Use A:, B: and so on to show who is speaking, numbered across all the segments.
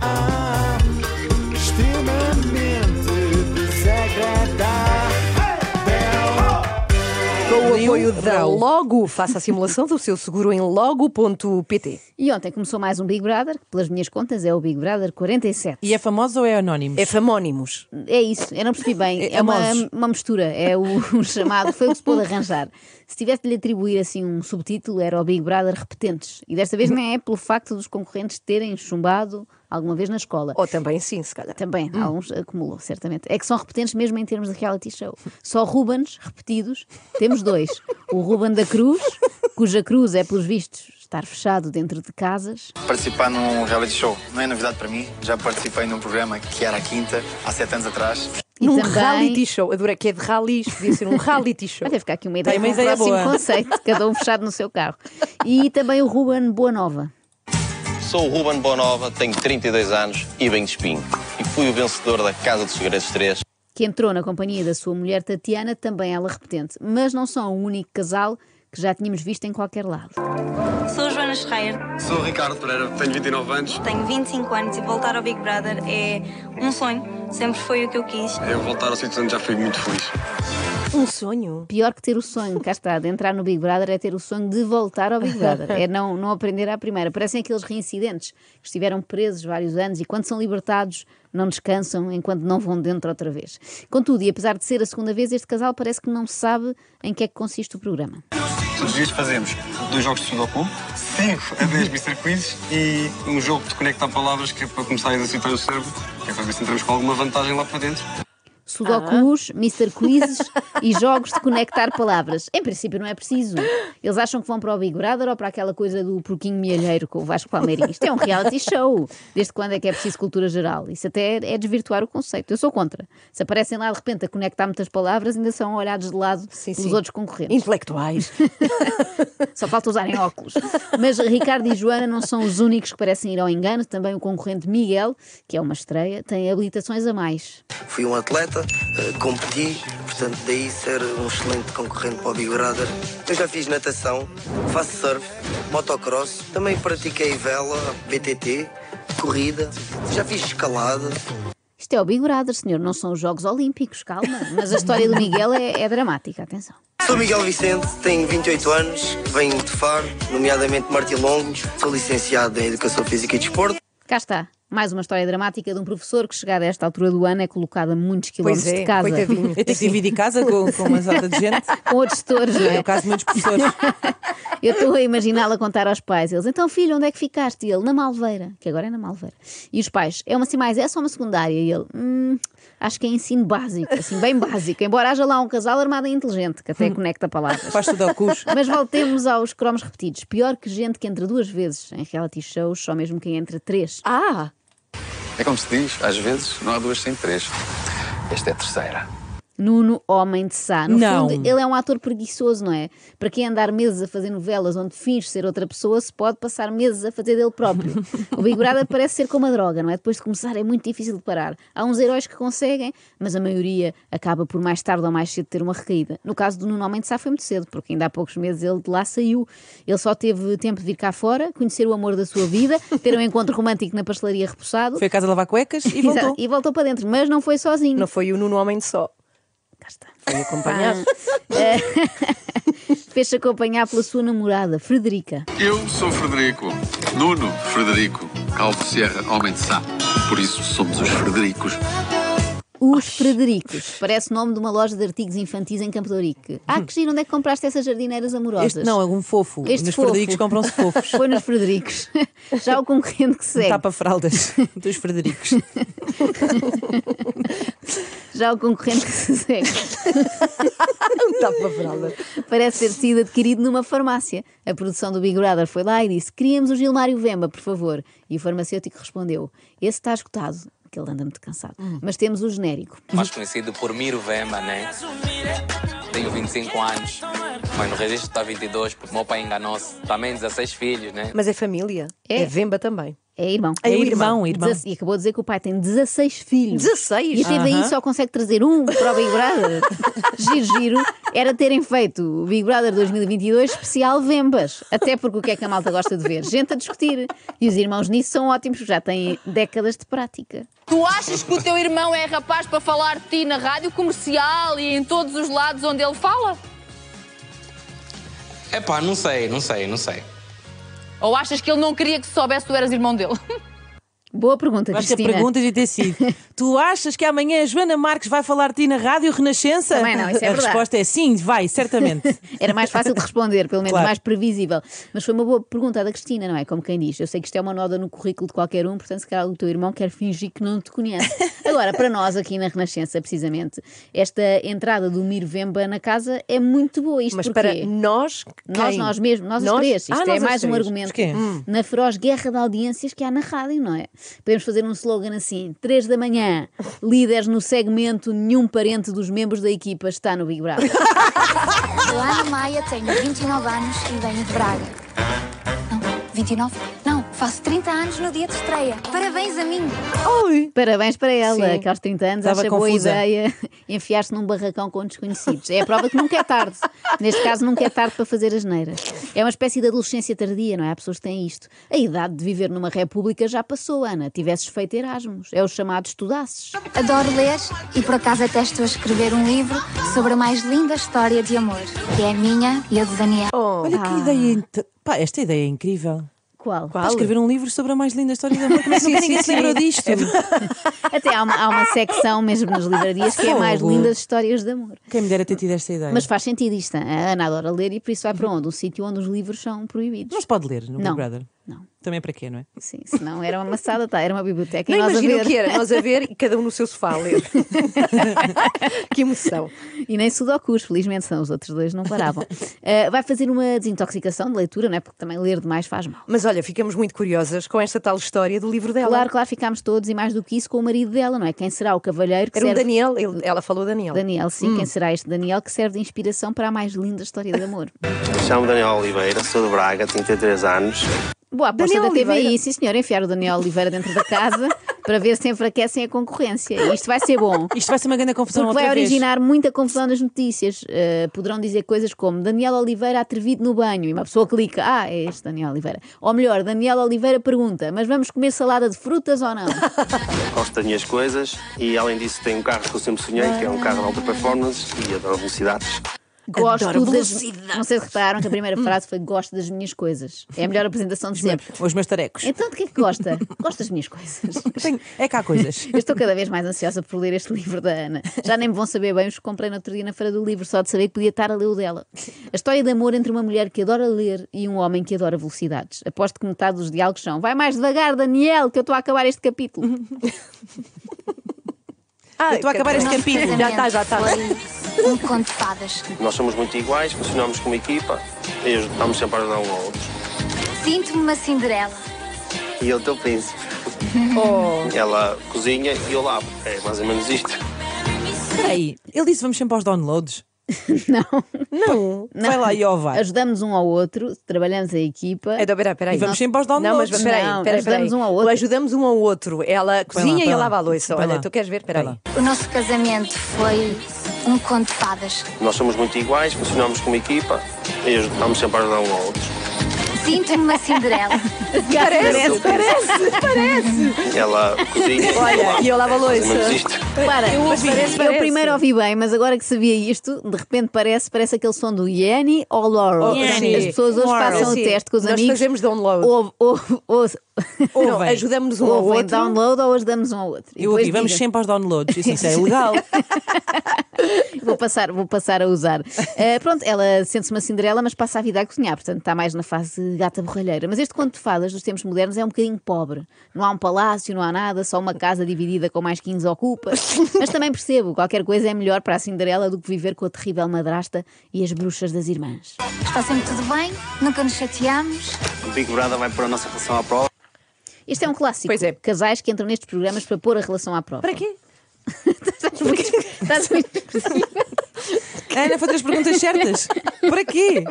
A: Ah, extremamente desagradável.
B: Com o apoio da Logo, faça a simulação do seu seguro em logo.pt.
C: E ontem começou mais um Big Brother, que pelas minhas contas é o Big Brother 47.
D: E é famosa ou é anónimo?
B: É famónimos.
C: É isso, eu não percebi bem.
B: É-
C: É,
B: é
C: uma,
B: mozes.
C: uma mistura, é o, o chamado, foi o que se pôde arranjar. Se tivesse de lhe atribuir assim um subtítulo, era o Big Brother Repetentes. E desta vez nem é pelo facto dos concorrentes terem chumbado alguma vez na escola.
B: Ou também sim, se calhar.
C: Também,
B: Hum.
C: alguns acumulou, certamente. É que são repetentes mesmo em termos de reality show. Só Rubens repetidos, temos dois. O Ruben da Cruz, cuja cruz é, pelos vistos, estar fechado dentro de casas.
E: Participar num reality show não é novidade para mim. Já participei num programa que era a quinta, há sete anos atrás.
C: E
B: Num
C: também-
B: reality show. Adorei que é de rallies, podia ser um reality show.
C: Olha, fica é aqui uma
D: Tem
C: ideia
D: uma
C: para o
D: ideia
C: próximo
D: boa.
C: conceito, cada um fechado no seu carro. E também o Ruben Boanova.
F: Sou o Ruben Bonova, tenho 32 anos e bem de espinho. E fui o vencedor da Casa dos Segredos 3.
C: que entrou na companhia da sua mulher Tatiana, também ela repetente. Mas não são o único casal que já tínhamos visto em qualquer lado.
G: Sou a Joana Ferreira,
H: Sou o Ricardo Pereira, tenho 29 anos.
G: tenho 25 anos e voltar ao Big Brother é um sonho, sempre foi o que eu quis.
H: Eu voltar ao sítio onde já fui muito feliz.
B: um sonho.
C: Pior que ter o sonho, cá está, de entrar no Big Brother é ter o sonho de voltar ao Big Brother, é não, não aprender à primeira. Parecem aqueles reincidentes que estiveram presos vários anos e quando são libertados não descansam enquanto não vão dentro outra vez. Contudo, e apesar de ser a segunda vez, este casal parece que não sabe em que é que consiste o programa.
H: Todos os dias fazemos dois jogos de Sudoku, 5 a 10 Mr. Quiz e um jogo de conectar palavras que é para começar a exercitar o cérebro, que é para ver se entramos com alguma vantagem lá para dentro.
C: Sudokus,
B: Ah.
C: Mr. Quizzes e jogos de conectar palavras. Em princípio, não é preciso. Eles acham que vão para o Big Brother ou para aquela coisa do porquinho mielheiro com o Vasco Palmeirinho. Isto é um reality show. Desde quando é que é preciso cultura geral? Isso até é desvirtuar o conceito. Eu sou contra. Se aparecem lá de repente a conectar muitas palavras, ainda são olhados de lado
B: Sim,
C: pelos
B: sim.
C: outros concorrentes.
B: Intelectuais.
C: Só falta usarem óculos. Mas Ricardo e Joana não são os únicos que parecem ir ao engano. Também o concorrente Miguel, que é uma estreia, tem habilitações a mais.
I: Fui um atleta, eh, competi, portanto, daí ser um excelente concorrente para o Big Brother. Eu já fiz natação, faço surf, motocross, também pratiquei vela, BTT, corrida, já fiz escalada.
C: Isto é o Big Brother, senhor, não são os Jogos Olímpicos, calma. Mas a história do Miguel é, é dramática, atenção.
I: Sou Miguel Vicente, tenho 28 anos, venho de Faro, nomeadamente Martilongos, sou licenciado em Educação Física e Desporto.
C: Cá está, mais uma história dramática de um professor que, chegado a esta altura do ano, é colocado a muitos quilómetros
B: é,
C: de casa.
B: coitadinho.
D: Eu tenho que dividir casa com, com uma data de gente.
C: Com outros setores, não
D: É
C: é?
D: o caso de muitos professores.
C: Eu estou a imaginá-la contar aos pais. Eles, então, filho, onde é que ficaste? E ele, na Malveira, que agora é na Malveira. E os pais, é uma assim mais essa ou uma secundária? E ele, hum, acho que é ensino básico, assim, bem básico. Embora haja lá um casal armado e inteligente, que até conecta palavras.
D: Faz sudokus.
C: Mas voltemos aos cromos repetidos. Pior que gente que entra duas vezes em reality shows, só mesmo quem entra três.
B: Ah,
E: É como se diz, às vezes não há duas sem três. Esta é a terceira.
C: Nuno Homem de Sá. No
D: Não.
C: fundo, ele é um ator preguiçoso, não é? Para quem andar meses a fazer novelas onde finge ser outra pessoa, se pode passar meses a fazer dele próprio. o Big Brother parece ser como a droga, não é? Depois de começar é muito difícil de parar. Há uns heróis que conseguem, mas a maioria acaba por mais tarde ou mais cedo ter uma recaída. No caso do Nuno Homem de Sá foi muito cedo, porque ainda há poucos meses ele de lá saiu. Ele só teve tempo de vir cá fora, conhecer o amor da sua vida, ter um encontro romântico na pastelaria Repousado.
D: Foi a casa lavar cuecas e
C: Exato,
D: voltou.
C: e voltou para dentro, mas não foi sozinho.
B: não foi o Nuno Homem de Só.
C: Cá está.
B: Foi acompanhado.
C: Fez-se acompanhar pela sua namorada, Frederica.
H: Eu sou Frederico, Nuno Frederico, Calvo Sierra, homem de Sá. Por isso somos os Fredericos.
C: Os Fredericos. Parece o nome de uma loja de artigos infantis em Campo de Ourique. Ah, que giro, onde é que compraste essas jardineiras amorosas?
D: Hum. Este não, é um fofo.
C: Este
D: Nos
C: fofo.
D: Fredericos compram-se fofos.
C: Foi nos Fredericos. Já o concorrente que segue.
D: Tapa-fraldas dos Fredericos.
C: Já o concorrente que se segue.
B: Não dá para fralda.
C: Parece ter sido adquirido numa farmácia. A produção do Big Brother foi lá e disse: Queríamos o Gilmário Vemba, por favor. E o farmacêutico respondeu: Esse está escutado. que ele anda muito cansado.
D: Hum.
C: Mas temos o genérico.
J: mais conhecido por Miro Vema, né? Tenho 25 anos, mas no registro tá está 22 porque meu pai enganou-se. Também 16 filhos, né?
B: Mas é família. É, Vemba também.
C: É irmão.
B: É irmão, irmão.
C: Dezesse- E acabou de dizer que o pai tem 16 filhos.
B: 16?
C: E até daí
B: Aham.
C: só consegue trazer um para o Big Brother. giro, giro. Era terem feito o Big Brother 2022 especial Vembas. Até porque o que é que a malta gosta de ver? Gente a discutir. E os irmãos nisso são ótimos, porque já têm décadas de prática.
K: Tu achas que o teu irmão é rapaz para falar de ti na rádio comercial e em todos os lados onde ele fala?
J: Epá, não sei, não sei, não sei.
K: Ou achas que ele não queria que se soubesse que tu eras irmão dele?
C: Boa pergunta,
D: Esta pergunta devia ter sido: Tu achas que amanhã a Joana Marques vai falar de ti na Rádio Renascença?
C: Também não, isso é
D: a
C: verdade.
D: resposta é sim, vai, certamente.
C: Era mais fácil de responder, pelo menos
D: Claro.
C: mais previsível. Mas foi uma boa pergunta da Cristina, não é? Como quem diz. Eu sei que isto é uma noda no currículo de qualquer um, portanto, se calhar o teu irmão quer fingir que não te conhece. Agora, para nós aqui na Renascença, precisamente, esta entrada do Miro Vemba na casa é muito boa. Isto
B: Mas
C: porquê?
B: para nós,
C: Nós,
B: quem?
C: nós mesmos, nós, as
B: Nós?
C: três. Isto
B: Ah,
C: é
B: nós as
C: mais um
B: três.
C: argumento
B: Porquê? Hum.
C: na feroz guerra de audiências que há na rádio, não é? Podemos fazer um slogan assim: 3 da manhã, líderes no segmento, nenhum parente dos membros da equipa está no Big Brother.
L: Joana Maia, tenho 29 anos e venho de Braga. Não, 29? Não, faço 30 anos no dia de estreia. Parabéns a mim.
C: Parabéns para ela,
L: Sim.
C: que aos 30 anos
L: Estava
C: acha boa
L: confusa.
C: ideia enfiar-se num barracão com desconhecidos. É a prova que nunca é tarde. Neste caso, nunca é tarde para fazer as neiras. É uma espécie de adolescência tardia, não é? Há pessoas que têm isto. A idade de viver numa república já passou, Ana. Tivesses feito Erasmus. É o chamado estudasses.
L: Adoro ler e por acaso até estou a escrever um livro sobre a mais linda história de amor, que é a minha e a de Daniel.
M: Oh,
D: Olha
K: Ah.
D: que ideia. inte- Pá, esta ideia é incrível.
C: Qual?
D: Pá, escrever um livro sobre a mais linda história da amor. Como é que nunca ninguém se lembrou disto?
K: É
C: Até há uma, há uma secção, mesmo nas livrarias, que é a mais
D: Fogo.
C: lindas histórias de amor.
D: Quem me dera ter tido esta ideia.
C: Mas faz sentido isto. A Ana adora ler e por isso vai para onde? Um sítio onde os livros são proibidos.
D: Não se pode ler no
C: Não.
D: Big Brother. Não. Também para quê, não é?
C: Sim, senão era uma maçada, tá, era uma biblioteca. e
B: Não
C: nós a
B: imagina o
C: ver.
B: que era, nós a ver e cada um no seu sofá a ler.
C: que emoção. E nem sudokus, felizmente são, os outros dois não paravam. Eh, vai fazer uma desintoxicação de leitura, não é? Porque também ler demais faz mal.
B: Mas olha, ficamos muito curiosas com esta tal história do livro dela.
C: Claro, claro, ficámos todos e mais do que isso com o marido dela, não é? Quem será o cavalheiro que
B: Era um
C: serve...
B: Daniel, ele- ela falou Daniel.
C: Daniel, sim,
B: Hum.
C: quem será este Daniel que serve de inspiração para a mais linda história de amor?
M: Chamo Daniel Oliveira, sou de Braga, tenho 33 anos.
C: Boa aposta
B: Daniel
C: da TVI,
B: Oliveira.
C: sim senhor, enfiar o Daniel Oliveira dentro da casa para ver se enfraquecem a concorrência. Isto vai ser bom.
D: Isto vai ser uma grande confusão
C: Porque é vai
D: outra vez.
C: originar muita confusão nas notícias. Uh, poderão dizer coisas como Daniel Oliveira atrevido no banho e uma pessoa clica, ah, é este Daniel Oliveira. Ou melhor, Daniel Oliveira pergunta, mas vamos comer salada de frutas ou não?
M: Gosto das minhas coisas e, além disso, tenho um carro que eu sempre sonhei, que é um carro de alta performance e adoro velocidades.
C: Gosto
D: Adoro
C: das. Não sei se repararam que a primeira
D: Hum.
C: frase foi gosto das minhas coisas. É a melhor apresentação de sempre.
D: Os meus tarecos.
C: Então de que é que gosta? Gosto das minhas coisas.
D: É cá coisas.
C: Eu estou cada vez mais ansiosa por ler este livro da Ana. Já nem me vão saber bem os que comprei no outro dia na Feira do Livro, só de saber que podia estar a ler o dela. A história de amor entre uma mulher que adora ler e um homem que adora velocidades. Aposto que metade dos diálogos são Vai mais devagar, Daniel, que eu estou a acabar este capítulo.
B: Ah,
D: Eu estou a acabar este capítulo.
M: Já está, já tá. está.
L: Foi Um conto de fadas.
M: Nós somos muito iguais, funcionamos como equipa e ajudamos sempre a ajudar um ao outro.
L: Sinto-me uma Cinderela.
M: E eu teu príncipe. Ela cozinha e eu lavo. É mais ou menos isto.
D: Espera aí, ele disse vamos sempre aos downloads.
C: Não, não.
D: Vai É, lá, Iova.
C: Ajudamos um ao outro, trabalhamos a equipa.
B: Então, peraí, peraí.
C: E vamos sempre aos
B: Não,
C: downloads.
B: mas peraí,
C: Não,
B: peraí, peraí.
C: ajudamos um ao outro.
B: O Ajudamos um ao outro. Ela cozinha
L: põe
B: e
L: lá.
B: ela lava a louça.
L: Põe
B: Olha,
L: lá.
B: tu queres ver? Peraí.
L: O nosso casamento foi um conto de fadas.
M: Nós somos muito iguais, funcionamos como equipa e ajudamos sempre a ajudar um ao outro.
L: Sinto-me uma Cinderela.
M: Parece,
L: parece, parece.
M: Ela cozinha e eu
C: Olha,
M: lavo.
C: e eu lavo a
M: É mais ou
C: louça.
M: menos isto.
C: Para,
B: Eu
C: eu,
B: ouvi. Parece, parece.
C: eu primeiro ouvi bem, mas agora que sabia isto, de repente parece, parece aquele som do Yanny ou Laurel.
B: Oh, sim.
C: As pessoas hoje
B: Laurel.
C: passam o
B: Sim.
C: teste com os
B: Nós
C: amigos. Oh,
B: fazemos download.
C: Ouve, ouve, ouve.
B: Não, Ouvem. ajudamos um ao
C: Ouvem
B: outro.
C: download ou ajudamos um ao outro. E
D: Eu
C: depois
D: ouvi, vamos
C: digam.
D: sempre aos downloads. Isso, isso é ilegal.
C: Vou passar, vou passar a usar. Eh, pronto, ela sente-se uma Cinderela, mas passa a vida a cozinhar, portanto está mais na fase gata borralheira. Mas este conto de fadas dos tempos modernos é um bocadinho pobre. Não há um palácio, não há nada, só uma casa dividida com mais 15 ocupas. Mas também percebo, qualquer coisa é melhor para a Cinderela do que viver com a terrível madrasta e as bruxas das irmãs.
L: Está sempre tudo bem, nunca nos chateamos.
E: O Big Brother vai pôr a nossa relação à prova.
C: Este é um clássico. Pois é. Casais que entram nestes programas para pôr a relação à prova. Para quê? estás muito. Estás muito...
D: Ana, foi as perguntas certas. Para quê?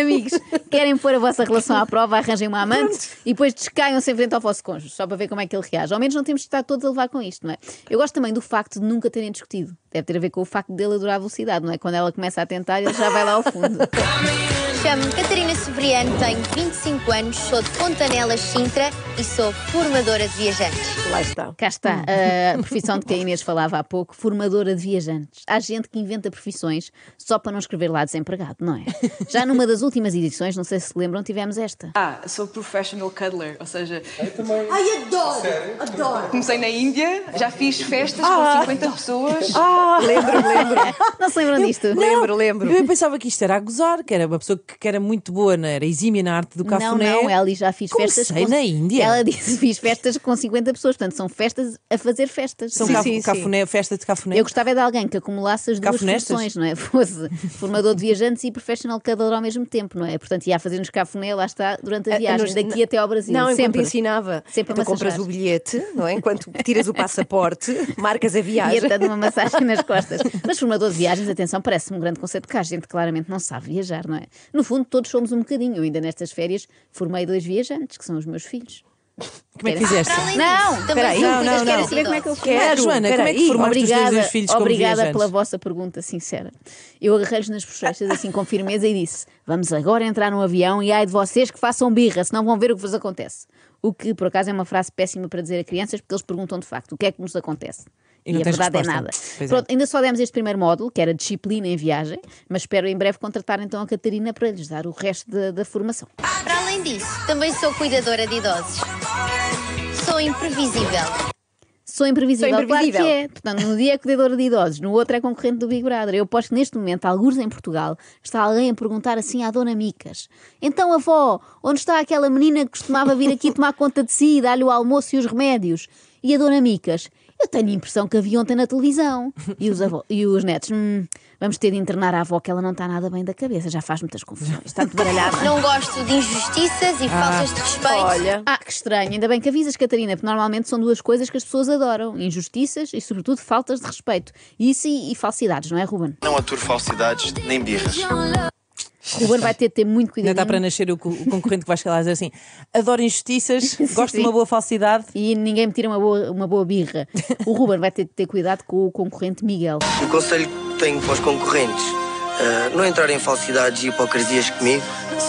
C: Amigos, querem pôr a vossa relação à prova, arranjem uma amante e depois descaiam-se em frente ao vosso cônjuge, só para ver como é que ele reage. Ao menos não temos de estar todos a levar com isto, não é? Eu gosto também do facto de nunca terem discutido. Deve ter a ver com o facto dele adorar a velocidade, não é? Quando ela começa a tentar, ele já vai lá ao fundo.
N: Chamo-me Catarina Severiano, tenho 25 anos, sou de Pontanelas, Sintra e sou formadora de viajantes.
C: Lá está. Cá está. A profissão de que a Inês falava há pouco, formadora de viajantes. Há gente que inventa profissões só para não escrever lá desempregado, não é? Já numa das últimas edições, não sei se se lembram, tivemos esta.
O: Ah, sou professional cuddler, ou seja,
P: Ai, adoro! Adoro!
O: comecei na Índia, já fiz festas
P: Ah.
O: com 50 pessoas.
D: Ah. Lembro, lembro.
C: Não se lembram disto?
D: lembro, lembro. Eu pensava que isto era a gozar, que era uma pessoa que, que era muito boa, não era exímia na arte do cafuné.
C: Não, não, Eli, já fiz
D: Comecei
C: festas. com-
D: na Índia.
C: Ela disse fiz festas com 50 pessoas, portanto são festas a fazer festas.
D: São caf- cafuné, festa de cafuné.
C: Eu gostava é de alguém que acumulasse as duas
D: Cafunestas?
C: funções, não é? Fosse formador de viajantes e professional cuddler ao mesmo tempo, não é? Portanto, ia a fazer-nos cafuné, lá está, durante a
B: A-
C: viagem,
B: nos-
C: daqui até ao Brasil.
B: Não, enquanto
C: sempre.
B: ensinava.
C: Sempre a
B: tu compras
C: massajar.
B: o bilhete, não é? Enquanto tiras o passaporte, marcas a
C: E
B: viagem.
D: é
C: dando uma massagem nas costas. Mas formador de viagens, atenção, parece-me um grande conceito, porque há gente que claramente não sabe viajar, não é? No fundo, todos somos um bocadinho. Eu ainda nestas férias formei dois viajantes, que são os meus filhos.
D: Como é que fizeste? Para além disso,
C: Não,
D: também
C: espera aí.
D: sou Não, não, não.
C: saber como é que eu
D: Quero, Joana, como é que formaste os teus
C: obrigada,
D: dois filhos como
C: Obrigada
D: viajantes?
C: pela vossa pergunta sincera. Eu agarrei-os nas bochechas assim com firmeza e disse: Vamos agora entrar num avião e ai de vocês que façam birra, senão vão ver o que vos acontece. O que, por acaso, é uma frase péssima para dizer a crianças, porque eles perguntam de facto o que é que nos acontece.
D: E
C: E,
D: não
C: a
D: tens
C: verdade é
D: resposta.
C: nada.
D: Pois é.
C: Pronto, ainda só demos este primeiro módulo, que era disciplina em viagem, mas espero em breve contratar então a Catarina para lhes dar o resto da- da formação.
N: Para além disso, também sou cuidadora de idosos. Sou imprevisível.
C: Sou imprevisível,
N: Sou imprevisível.
C: claro que é. Portanto, num dia é cuidadora de idosos, no outro é concorrente do Big Brother. Eu aposto que neste momento, alguns em Portugal, está alguém a perguntar assim à Dona Micas: Então, avó, onde está aquela menina que costumava vir aqui tomar conta de si, dar-lhe o almoço e os remédios? E a Dona Micas: Eu tenho a impressão que a vi ontem na televisão. E os, avó, e os netos: "Hum, Vamos ter de internar a avó, que ela não está nada bem da cabeça, já faz muitas confusões, está muito baralhada.
N: Não gosto de injustiças
D: Ah.
N: e faltas de respeito.
C: Ah, que estranho. Ainda bem que avisas, Catarina, porque normalmente são duas coisas que as pessoas adoram: injustiças e, sobretudo, faltas de respeito. Isso e, e falsidades, não é, Ruben?
E: Não aturo falsidades nem birras.
C: Ruben vai ter de ter muito
D: Ainda
C: cuidado.
D: dá para nascer o, co- o concorrente que vais calar dizer assim: adoro injustiças, gosto de uma boa falsidade.
C: E ninguém me tira uma boa, uma boa birra. O Ruben vai ter de ter cuidado com o concorrente Miguel.
I: O conselho que tenho para os concorrentes, eh, não entrarem em falsidades e hipocrisias comigo,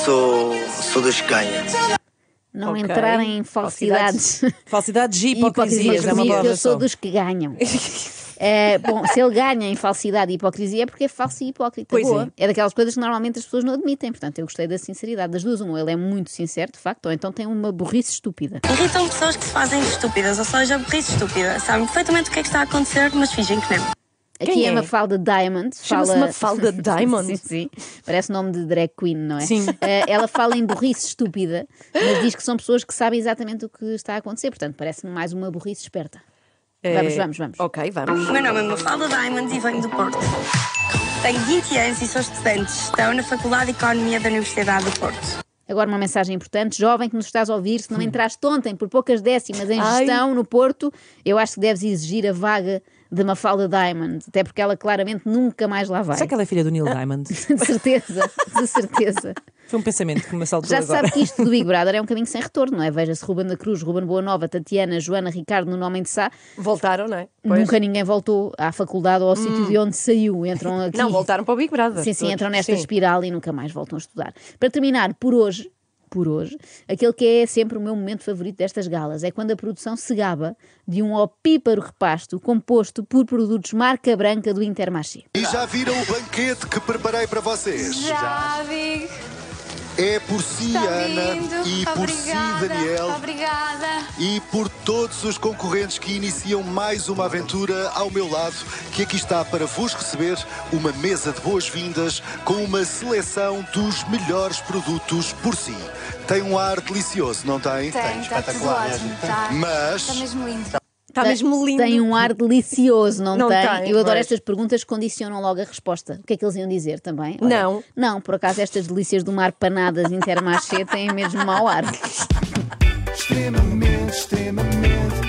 I: sou, sou dos que ganha.
C: Não
I: Ok.
C: entrarem em falsidades.
D: Falsidades e hipocrisias,
C: Hipocrisias
D: é uma
C: comigo,
D: palavra
C: eu sou
D: só.
C: dos que ganham. É, bom, se ele ganha em falsidade e hipocrisia é porque é falso e hipócrita.
D: Pois
C: Boa. É. daquelas coisas que normalmente as pessoas não admitem. Portanto, eu gostei da sinceridade das duas. Uma, ele é muito sincero, de facto, ou então tem uma burrice estúpida.
Q: Irritam pessoas que se fazem estúpidas, ou seja, burrice estúpida. Sabem perfeitamente o que é que está a acontecer, mas fingem que não.
C: Aqui é? uma falda Diamond.
Q: Chama-se
C: fala-
Q: Mafalda Diamond?
C: sim, sim. Parece nome de drag queen, não é?
Q: Sim.
C: Eh, ela fala em burrice estúpida, mas diz que são pessoas que sabem exatamente o que está a acontecer. Portanto, parece-me mais uma burrice esperta.
Q: É,
C: Vamos, vamos, vamos.
B: Ok,
Q: O meu nome é Mafalda Diamond e venho do Porto. Tenho 20 anos e sou estudante de gestão na Faculdade de Economia da Universidade do Porto.
C: Agora uma mensagem importante, jovem que nos estás a ouvir, se não entraste ontem por poucas décimas em
Q: Ai.
C: gestão no Porto, eu acho que deves exigir a vaga de Mafalda Diamond, até porque ela claramente nunca mais lá vai.
D: Será que ela é filha do Neil
C: Ah.
D: Diamond?
C: De certeza, de certeza.
D: Foi um pensamento que me assaltou
C: Já
D: agora.
C: sabe que isto do Big Brother é um caminho sem retorno, não é? Veja-se Ruben da Cruz, Ruben Boa Nova, Tatiana, Joana, Ricardo no Nome de Sá.
B: Voltaram, não é?
C: Nunca ninguém voltou à faculdade ou ao sítio de onde saiu. Entram aqui.
B: Não, voltaram para o Big Brother.
C: Sim, sim,
B: todos.
C: entram nesta
B: Sim.
C: espiral e nunca mais voltam a estudar. Para terminar, por hoje, por hoje, aquele que é sempre o meu momento favorito destas galas é quando a produção se gaba de um opíparo repasto composto por produtos marca branca do Intermarché.
R: E já viram o banquete que preparei para vocês?
L: Big.
R: É por si, Ana, e por si, Daniel,
L: Obrigada.
R: e por todos os concorrentes que iniciam mais uma aventura ao meu lado, que aqui está para vos receber uma mesa de boas-vindas com uma seleção dos melhores produtos por si. Tem um ar delicioso, não tem?
L: Tem, está tudo ótimo. tá? Está
R: Mas...
L: está mesmo lindo.
B: Tá
C: Tem- Tem um ar delicioso, não,
B: Não
C: tem?
B: tem,
C: Eu adoro
B: pois.
C: estas perguntas que condicionam logo a resposta. O que é que eles iam dizer também?
B: Não.
C: Não, por acaso estas delícias do mar panadas Intermarché têm mesmo mau ar.
R: extremamente, Ah, extremamente.